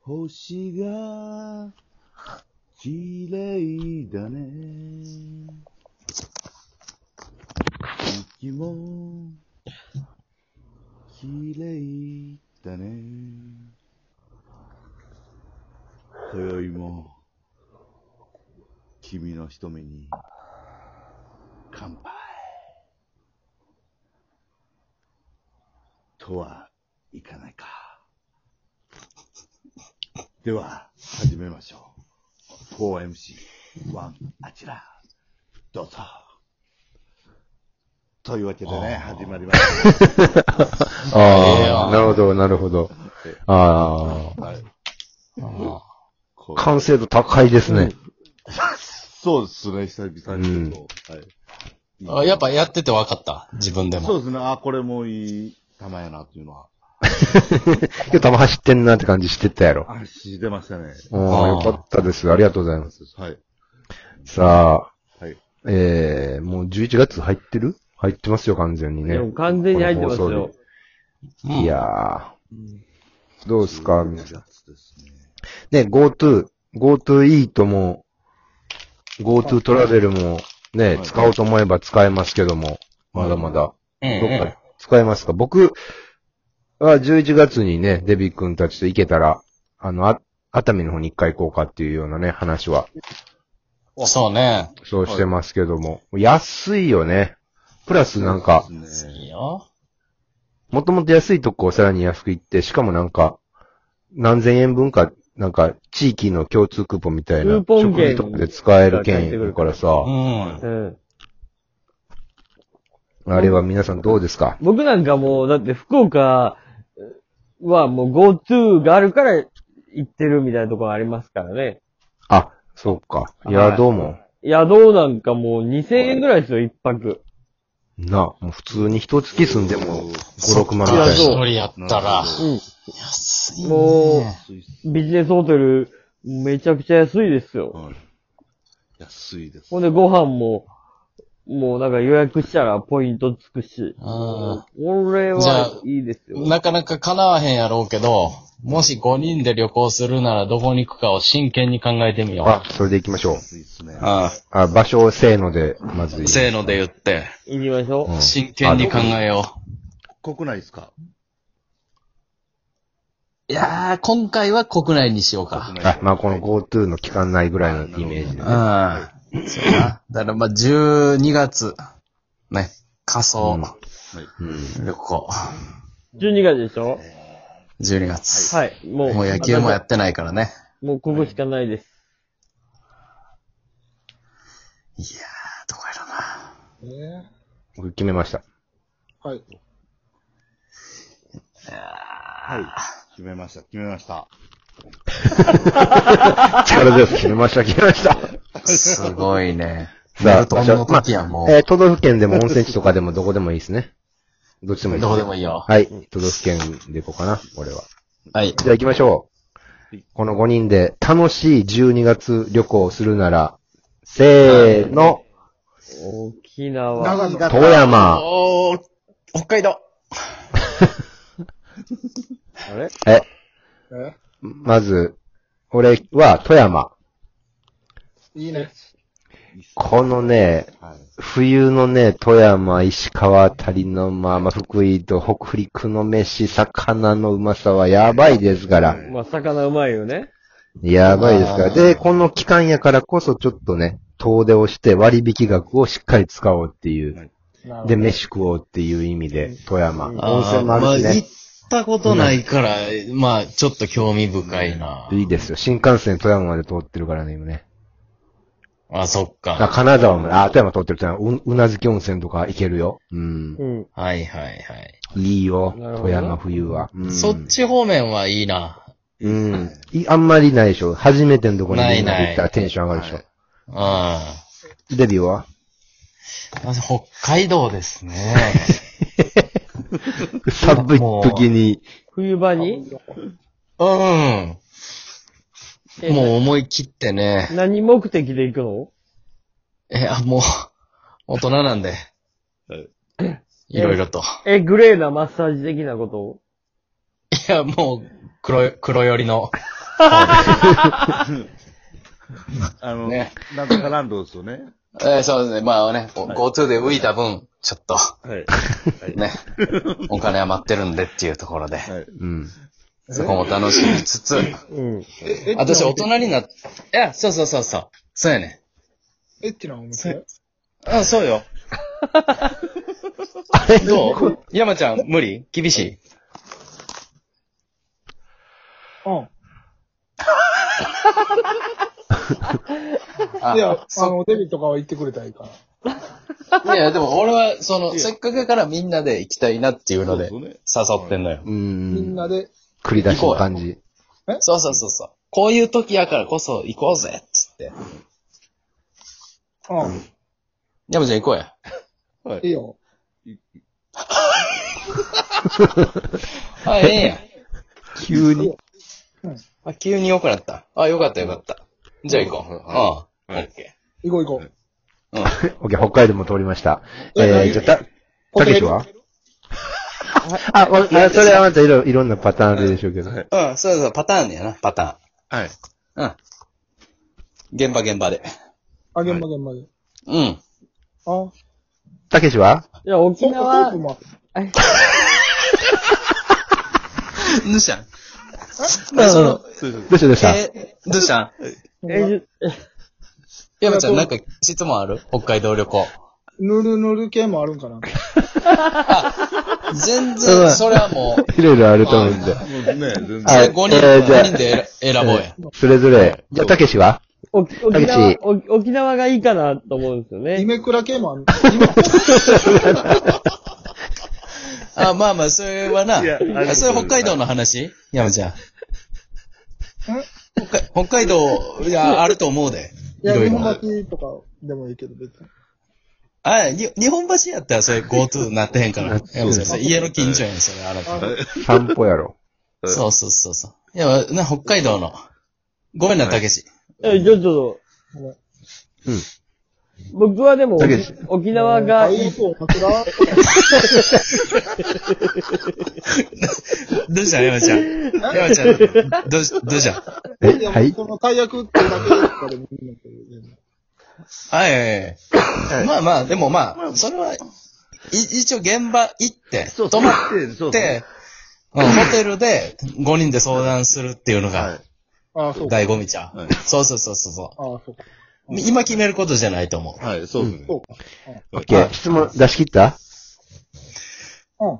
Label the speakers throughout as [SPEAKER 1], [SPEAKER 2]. [SPEAKER 1] 星が綺麗だね。雪も綺麗だね。今宵も君の瞳に乾杯。とはいかないか。では、始めましょう。4MC1 あちら、どうぞ。というわけでね、始まりました。
[SPEAKER 2] ああ、なるほど、なるほど。あ
[SPEAKER 1] はい
[SPEAKER 2] あ。
[SPEAKER 1] こう
[SPEAKER 2] 完成度高いですね。
[SPEAKER 1] そうですね、久々にちょっと。はい
[SPEAKER 3] あやっぱやってて分かった。自分で
[SPEAKER 1] そう
[SPEAKER 3] も。
[SPEAKER 1] ですね、あ、これもいい球やなっていうのは。
[SPEAKER 2] 今日玉走ってんなって感じしてたやろ。
[SPEAKER 1] あ、知ってましたね。
[SPEAKER 2] ああ、よかったです。ありがとうございます。
[SPEAKER 1] はい。
[SPEAKER 2] さあ、
[SPEAKER 1] はい。
[SPEAKER 2] えー、もう11月入ってる入ってますよ、完全にね
[SPEAKER 4] で。も完全に入ってます
[SPEAKER 2] この放
[SPEAKER 4] よ
[SPEAKER 3] うん
[SPEAKER 2] 送。いやー。どうですか、皆さん。
[SPEAKER 1] 11月ですね。
[SPEAKER 2] ね、GoTo、GoTo イートも、GoTo トラベルも、ね、
[SPEAKER 1] はい
[SPEAKER 2] 使おうと思えば使えますけども、まだまだ。
[SPEAKER 3] うん
[SPEAKER 2] どっ
[SPEAKER 3] う
[SPEAKER 2] か使えますか僕は11月にね、デビッ君たちと行けたら、あの、あ熱海の方に一回行こうかっていうようなね、話は、
[SPEAKER 3] んそうね。
[SPEAKER 2] そうしてますけども。安いよね。プラスなんか、
[SPEAKER 1] です
[SPEAKER 3] いい
[SPEAKER 1] ね
[SPEAKER 3] よ。
[SPEAKER 2] もともと安いとこをさらに安く行って、しかもなんか、何千円分か、なんか、地域の共通クーポンみたいな、
[SPEAKER 4] クーポン券
[SPEAKER 2] 食事とかで使える券だからさ
[SPEAKER 3] う、ん
[SPEAKER 4] う。ん。
[SPEAKER 2] あれは皆さんどうですか
[SPEAKER 4] 僕なんかもう、だって福岡はもう GoTo があるから行ってるみたいなところありますからね。
[SPEAKER 2] あ、そうか。いや、どうも。
[SPEAKER 4] 宿なんかもう2000円ぐらいですよ、一泊。
[SPEAKER 2] な、もう普通に一月住んでも、5、6万み
[SPEAKER 3] い
[SPEAKER 2] たい
[SPEAKER 3] や
[SPEAKER 2] な
[SPEAKER 3] 一。人やったら、
[SPEAKER 4] う
[SPEAKER 3] 安いね。
[SPEAKER 4] も
[SPEAKER 1] 安いっす
[SPEAKER 4] ん。ビジネスホテル、めちゃくちゃ安いですよ。
[SPEAKER 1] はい安いです。
[SPEAKER 4] ほんでご飯も、もうなんか予約したらポイントつくし。
[SPEAKER 3] う
[SPEAKER 4] これ
[SPEAKER 3] じゃあ
[SPEAKER 4] はいいです
[SPEAKER 3] ん。
[SPEAKER 4] よ。
[SPEAKER 3] なかなか叶わへんやろうけど、もし5人で旅行するならどこに行くかを真剣に考えてみよう。
[SPEAKER 2] あ、それで行きましょう。
[SPEAKER 1] 安いっすね。
[SPEAKER 3] う
[SPEAKER 2] あ、場所をせーので、まずい
[SPEAKER 3] ん。。せーので言って、
[SPEAKER 4] 行きましょ
[SPEAKER 2] うん
[SPEAKER 3] 真剣に考えよ
[SPEAKER 1] 国内ですか
[SPEAKER 3] う。いやー、今回は国内にしようか
[SPEAKER 1] 国。内
[SPEAKER 2] あ、まあこの GoTo の期間内ぐらいのイメージで
[SPEAKER 3] うん。そう。な。だからまあ12月、ね、仮想
[SPEAKER 2] うん
[SPEAKER 3] 旅行、
[SPEAKER 4] う。12月でしょ
[SPEAKER 3] 12月。
[SPEAKER 4] はい。もう。
[SPEAKER 3] もう野球もやってないからね。
[SPEAKER 4] もうここしかないです。
[SPEAKER 3] いやー、どこやろな。
[SPEAKER 2] 僕決めました。
[SPEAKER 1] はい。はい。決めました、決めました。
[SPEAKER 2] 力強く決めま した、決めました。
[SPEAKER 3] すごいね。 さ
[SPEAKER 2] さあ
[SPEAKER 3] あ、
[SPEAKER 2] じゃあ
[SPEAKER 3] の時はもう、
[SPEAKER 2] えー都道府県でも温泉地とかでもどこでもいいですね。どっちでもいいす
[SPEAKER 3] どうでもいいよ。
[SPEAKER 2] はい。都道府県で行こうかな、俺は。
[SPEAKER 3] はい。
[SPEAKER 2] じゃあ行きましょう。この5人で楽しい12月旅行をするなら、せーの、
[SPEAKER 4] 沖縄。
[SPEAKER 2] 富山。
[SPEAKER 3] おー、北海道。
[SPEAKER 4] あれ
[SPEAKER 2] えまず、俺は富山。
[SPEAKER 5] いいね。
[SPEAKER 2] このね、
[SPEAKER 1] はい。
[SPEAKER 2] 冬のね、富山、石川あたりの、まあまあ、福井と北陸の飯、魚のうまさはやばいですから。
[SPEAKER 4] まあ、魚うまいよね。
[SPEAKER 2] やばいですから。で、この期間やからこそちょっとね、遠出をして割引額をしっかり使おうってい。
[SPEAKER 1] はいう
[SPEAKER 2] で、飯食おうっていう意味で、富山。温泉も
[SPEAKER 3] ま
[SPEAKER 2] あ
[SPEAKER 3] あ、
[SPEAKER 2] るし
[SPEAKER 3] 行
[SPEAKER 2] ね
[SPEAKER 3] っ。たことないから、まあ、ちょっと興味深いな。
[SPEAKER 2] いいですよ。新幹線富山まで通ってるからね、今ね。
[SPEAKER 3] あ、そっ
[SPEAKER 2] あ、
[SPEAKER 3] か。
[SPEAKER 2] 金沢まで、あ、富山通ってる、富山。ううなずき温泉とか行けるよ。うん。
[SPEAKER 4] うん。
[SPEAKER 3] はいはいはい。
[SPEAKER 2] いいよ。
[SPEAKER 4] なるほど
[SPEAKER 2] 富山冬は。うん
[SPEAKER 3] そっち方面はいいな。
[SPEAKER 2] うん。いあんまりないでしょ。初めてのとこにみんなで行
[SPEAKER 3] な
[SPEAKER 2] った
[SPEAKER 3] いな
[SPEAKER 2] ら
[SPEAKER 3] い
[SPEAKER 2] テンション上がるでしょ。
[SPEAKER 3] うん。ま
[SPEAKER 2] デビューは
[SPEAKER 3] ず北海道ですね。
[SPEAKER 2] 寒い時に、
[SPEAKER 4] 冬場に
[SPEAKER 3] うん。
[SPEAKER 4] え
[SPEAKER 3] もう思い切ってね。
[SPEAKER 4] 何目的で行くの
[SPEAKER 3] え、あ、もう、大人なんで。いろいろと。
[SPEAKER 4] え、グレーなマッサージ的なこと
[SPEAKER 3] いや、もう、黒い、黒寄りの。
[SPEAKER 1] あの、
[SPEAKER 3] ね
[SPEAKER 1] なんとかランドですよね。
[SPEAKER 3] えーそうですね。まあね、GoTo で浮いた分、ちょっと、
[SPEAKER 1] はい。
[SPEAKER 3] ね、お金余ってるんでっていうところで、
[SPEAKER 1] はい。
[SPEAKER 2] うん。
[SPEAKER 3] そこも楽しみつつ、
[SPEAKER 4] うん。
[SPEAKER 5] え、
[SPEAKER 3] 私大人になっ、いや、そうそうそうそう。そうやね。
[SPEAKER 5] えってな思って。
[SPEAKER 3] あ、そう よ。どう山ちゃん、無理厳しい
[SPEAKER 5] うん。
[SPEAKER 3] あ
[SPEAKER 5] いや、あの、デビとかは言ってくれたらいいから。
[SPEAKER 3] いや、でも俺は、その、せっかくやからみんなで行きたいなっていうので、
[SPEAKER 1] そう
[SPEAKER 3] 誘
[SPEAKER 1] で
[SPEAKER 3] ってんのよ。
[SPEAKER 2] う
[SPEAKER 5] みん
[SPEAKER 2] ん。
[SPEAKER 5] なで、
[SPEAKER 2] 繰り出しの感じ。
[SPEAKER 3] そうそうそうそう。こういう時やからこそ行こうぜっつって。
[SPEAKER 5] うん。
[SPEAKER 3] 山ちゃん行こうや。
[SPEAKER 5] いいよ。
[SPEAKER 3] あ、ええやん。
[SPEAKER 2] 急に。
[SPEAKER 3] あ、急に良くなった。あ、よかったよかった。じゃあ行こう。うん。オッケ
[SPEAKER 5] 行こう行こう。
[SPEAKER 3] ー。うん。
[SPEAKER 2] オッケー、北海道も通りました。え
[SPEAKER 5] え
[SPEAKER 2] ー、じゃあ、た、たけしはあ、わ、あそれはまたいろ、いろんなパターンあるでしょうけど。
[SPEAKER 1] はい
[SPEAKER 3] うん、そうそう、パターンやな、パタ
[SPEAKER 1] はい。
[SPEAKER 3] ーン。うん。現場現場で。
[SPEAKER 5] あげんまげんまげ。
[SPEAKER 3] うん。
[SPEAKER 5] あ、
[SPEAKER 2] たけしはい
[SPEAKER 4] や、沖
[SPEAKER 5] そうか、
[SPEAKER 4] 縄
[SPEAKER 5] トーク、も。
[SPEAKER 3] どうしたんその、
[SPEAKER 1] そうそう
[SPEAKER 2] どうしたどうした
[SPEAKER 3] え、どうしたん
[SPEAKER 4] えじゅ
[SPEAKER 3] 山ちゃん、なんか質問ある北海道旅行。
[SPEAKER 5] ぬるぬる系もあるんかな。
[SPEAKER 3] 全然、それはもう、
[SPEAKER 2] いろいろあると思うんで。
[SPEAKER 1] もうね、全然。
[SPEAKER 2] はい
[SPEAKER 3] 5人、
[SPEAKER 2] えーじゃあ
[SPEAKER 3] 5人で選選ぼうや。
[SPEAKER 2] それぞれ。じゃあ、たけしは
[SPEAKER 4] 沖沖縄、沖沖縄がいいかなと思うんですよ
[SPEAKER 5] イ
[SPEAKER 4] ね。
[SPEAKER 5] メクラ系もある。
[SPEAKER 3] あ、まあまあ、それはな。
[SPEAKER 1] いやあれ
[SPEAKER 3] あそれ北海道の話山ちゃん。北海北海道、いや、あると思うで。
[SPEAKER 5] い
[SPEAKER 3] い
[SPEAKER 5] や、
[SPEAKER 3] ろ
[SPEAKER 5] 日
[SPEAKER 3] い
[SPEAKER 5] 本
[SPEAKER 3] ろ。
[SPEAKER 5] 橋とかでもいいけど別に。
[SPEAKER 3] あ、に日本橋やったらそれ GoTo なってへんから。山ちゃん、それ家の近所やん、それ、あなた。
[SPEAKER 2] 散歩や ろ。
[SPEAKER 3] そうそうそうそう。いや、な、北海道の。ごめんな、たけし。
[SPEAKER 4] え、ちょっと、
[SPEAKER 2] うん。
[SPEAKER 4] 僕はでも
[SPEAKER 2] たけし、
[SPEAKER 4] 沖縄がい
[SPEAKER 5] い
[SPEAKER 4] い
[SPEAKER 5] い。と桜とか
[SPEAKER 3] どうした山ちゃん。山ちゃん、どうし、どうした
[SPEAKER 2] え、はい
[SPEAKER 5] この大役ってだけだったらもいいのけど全然
[SPEAKER 3] はいはいはいまあまあ、でもまあ、それは、い一応現場行って、
[SPEAKER 1] そう
[SPEAKER 3] 泊まっ
[SPEAKER 1] そうそう
[SPEAKER 3] て、うんホテルで5人で相談するっていうの
[SPEAKER 1] は
[SPEAKER 3] が
[SPEAKER 1] い。
[SPEAKER 5] ああ、そうか。
[SPEAKER 3] 醍醐味ちゃ
[SPEAKER 1] は
[SPEAKER 3] う
[SPEAKER 1] い。
[SPEAKER 3] そうそうそうそうそ
[SPEAKER 5] ああ、そうか。
[SPEAKER 3] う。今決めることじゃないと思う。
[SPEAKER 1] はい、そうですね。
[SPEAKER 5] そうか。
[SPEAKER 2] オッケー。質問出し切った
[SPEAKER 5] う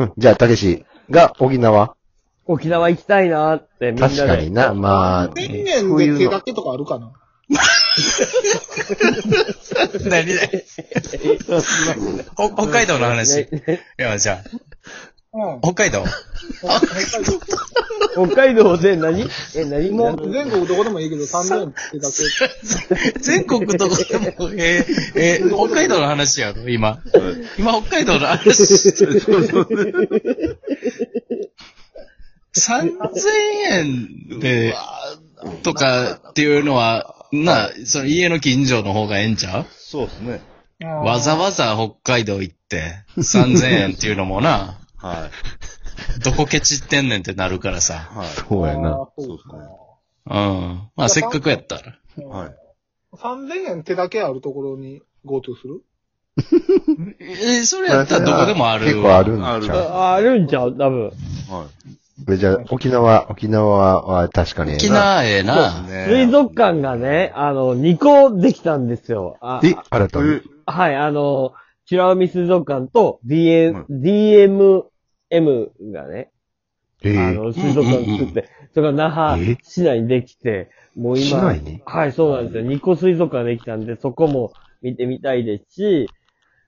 [SPEAKER 5] ん。
[SPEAKER 2] うん。じゃあ、たけしが沖縄。
[SPEAKER 4] 沖縄行きたいなって、みんな
[SPEAKER 2] 確か
[SPEAKER 4] で
[SPEAKER 2] に。な。まあ、
[SPEAKER 5] 千円で手掛けとかあるかな
[SPEAKER 3] 何でほ 北海道の話。山ちゃん。
[SPEAKER 5] うん。
[SPEAKER 3] 北海道
[SPEAKER 4] 北海道で何え、何
[SPEAKER 5] も
[SPEAKER 4] なん
[SPEAKER 5] う全国どこでもいいけど3000円手掛け。
[SPEAKER 3] 全国どこでも、えーえー北海道の話やろ、今。今、北海道の話してる。3000円で、とかっていうのは、な、その家の近所の方がええんちゃ
[SPEAKER 1] そうですね。
[SPEAKER 3] うわざ
[SPEAKER 5] わ
[SPEAKER 3] わざ北海道行って、3000円っていうのもな、
[SPEAKER 1] はい。
[SPEAKER 3] どこケチってんねんってなるからさ。
[SPEAKER 1] はい。
[SPEAKER 2] そうやな。。
[SPEAKER 5] そうか。
[SPEAKER 3] うん。まあ、せっかくやったら。
[SPEAKER 1] はい。
[SPEAKER 5] 3000円手だけあるところに GoTo する
[SPEAKER 3] えーそれやったらどこでもある。
[SPEAKER 2] 結構あるんちゃう
[SPEAKER 4] ああるんちゃう多分。
[SPEAKER 1] はい。
[SPEAKER 2] えじゃあ、沖縄、沖縄は確かにええな。
[SPEAKER 3] 沖縄ええな。
[SPEAKER 1] ね
[SPEAKER 4] 水族館がね、あの、2個できたんですよ。あ
[SPEAKER 2] え、新たに
[SPEAKER 1] え。
[SPEAKER 4] はい、あの、白海水族館と DM、
[SPEAKER 1] う
[SPEAKER 4] DMM がね、
[SPEAKER 2] え
[SPEAKER 4] あ
[SPEAKER 2] ー
[SPEAKER 4] の、水族館作って、それが那覇
[SPEAKER 2] え
[SPEAKER 4] 市内にできて、もう今、
[SPEAKER 2] 市内に
[SPEAKER 4] はい、そうなんですよ。2個水族館できたんで、そこも見てみたいですし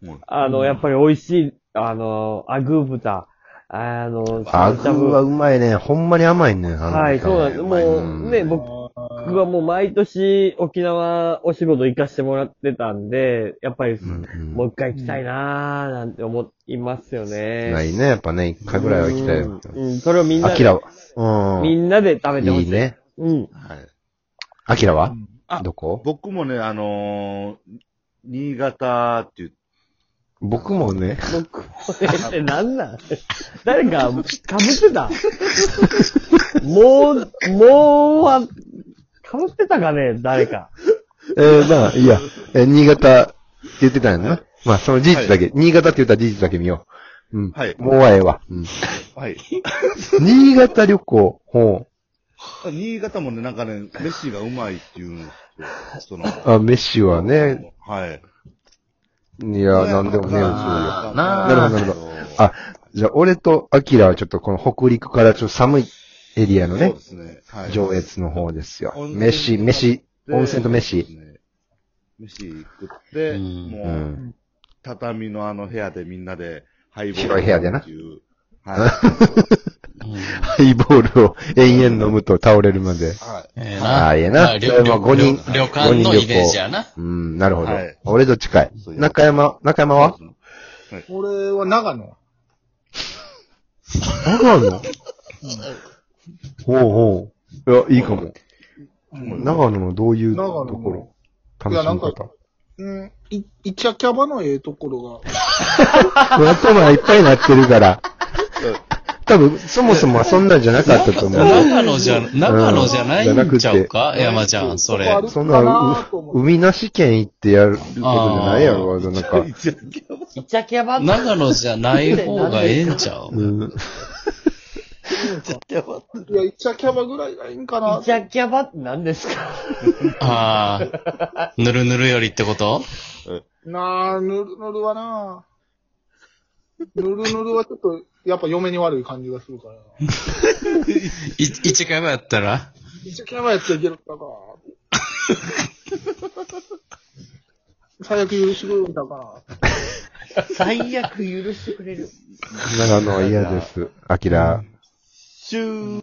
[SPEAKER 1] うん、
[SPEAKER 4] あの、やっぱり美味しい、あの、アグー豚、あの、
[SPEAKER 2] あ
[SPEAKER 4] しゃぶしゃ
[SPEAKER 2] ぐ
[SPEAKER 4] ぶ
[SPEAKER 2] はうまいね。ほんまに甘いね。あの
[SPEAKER 4] はい、そうなんです。
[SPEAKER 1] す
[SPEAKER 4] も
[SPEAKER 1] う
[SPEAKER 4] う、ね、僕僕はもう毎年沖縄お仕事行かしてもらってたんで、やっぱり、
[SPEAKER 2] うんうん
[SPEAKER 4] もう一回行きたいなーなんて思いますよね。
[SPEAKER 2] ないね。やっぱね、一回ぐらいは行きたい
[SPEAKER 4] うん
[SPEAKER 2] よ。
[SPEAKER 4] うん、それをみんな
[SPEAKER 2] ア
[SPEAKER 4] で
[SPEAKER 2] キラは、う
[SPEAKER 4] み
[SPEAKER 2] ん。
[SPEAKER 4] んなで食べてほしい。
[SPEAKER 2] いいね。
[SPEAKER 4] うん。
[SPEAKER 1] はい。
[SPEAKER 2] アキラは
[SPEAKER 5] うん
[SPEAKER 1] あ
[SPEAKER 2] どこ
[SPEAKER 1] 僕もね、あのー、新潟っていう
[SPEAKER 2] 僕もね、
[SPEAKER 4] 僕、え、てなんなん 誰か、かぶってた もう、もうは、かぶってたかね誰か。
[SPEAKER 2] えー、まあ、いいや、えー新潟って言ってたんやな。まあ、その事実だけ、新潟って言ったら事実だけ見よう。うん。
[SPEAKER 1] はい
[SPEAKER 2] もうはええわ。うん。
[SPEAKER 1] はい。
[SPEAKER 2] 新潟旅行、ほ
[SPEAKER 1] 新潟もね、なんかね、メッシがうまいっていうのその、
[SPEAKER 2] う。あ、メッシはね、
[SPEAKER 1] はい。
[SPEAKER 2] いや、なんでもね、そうよ。
[SPEAKER 3] あーな
[SPEAKER 2] あなるほどなるほ
[SPEAKER 1] あ、
[SPEAKER 2] あ、じゃあ、俺とアキラはちょっとこの北陸からちょっと寒いエリアの
[SPEAKER 1] そう
[SPEAKER 2] ね
[SPEAKER 1] で、すね。はい。
[SPEAKER 2] 上越の方ですよ。
[SPEAKER 1] 温泉
[SPEAKER 2] 飯、飯、
[SPEAKER 1] で
[SPEAKER 2] 温泉と
[SPEAKER 1] そ
[SPEAKER 2] 飯。
[SPEAKER 1] うですね飯食って、
[SPEAKER 3] うん
[SPEAKER 2] う
[SPEAKER 1] もう、
[SPEAKER 2] ん。
[SPEAKER 1] 畳のあの部屋でみんなで、ハイボール。
[SPEAKER 2] 広い部屋でな
[SPEAKER 1] っていう。はい。
[SPEAKER 2] ハイボールを延々飲むと倒れるまで。
[SPEAKER 1] はい。
[SPEAKER 3] ええ
[SPEAKER 2] ああ、ええな。そ
[SPEAKER 3] 旅
[SPEAKER 2] れは5人。
[SPEAKER 3] 旅旅館のイメージやな。
[SPEAKER 2] うん、なるほど
[SPEAKER 1] はい。
[SPEAKER 2] 俺と近い。
[SPEAKER 1] そういう
[SPEAKER 2] 中山、中山 は
[SPEAKER 5] 俺は長野。
[SPEAKER 2] 長野ほうほう。いや、いいかも。
[SPEAKER 5] うん。
[SPEAKER 2] 長野のどういうと
[SPEAKER 5] 長野の
[SPEAKER 2] ころ楽し
[SPEAKER 5] いやな
[SPEAKER 2] み
[SPEAKER 5] ん
[SPEAKER 2] 方
[SPEAKER 5] かうん。い、いちゃキャバのええところが。
[SPEAKER 2] 頭がいっぱいになってるから。多分、そもそもはそんなんじゃなかったと思う。
[SPEAKER 3] 長野じゃ、長野じゃないんちゃうか
[SPEAKER 5] じゃな
[SPEAKER 3] 山
[SPEAKER 5] くて
[SPEAKER 3] ちゃん、それ。
[SPEAKER 5] ここ
[SPEAKER 2] そんな、う海なし県行ってやることじゃないやろ、わざなんか。
[SPEAKER 4] いっちゃけば
[SPEAKER 3] 長野じゃない方がええんちゃう
[SPEAKER 2] うん。
[SPEAKER 5] いや、いちゃキャバぐらいがいいんかな。
[SPEAKER 4] いちゃけばって何ですか
[SPEAKER 3] ああ、ぬるぬるよりってこと
[SPEAKER 5] なあ、ぬるぬるはなぬるぬるはちょっと、やっぱ嫁に悪い感じがするから。
[SPEAKER 3] い、一回目やったら
[SPEAKER 5] いちゃキャバやっていけるか か。最悪許してくれるんだから。
[SPEAKER 4] 最悪許してくれる。
[SPEAKER 2] 長野は嫌です。アキラ。
[SPEAKER 1] シュー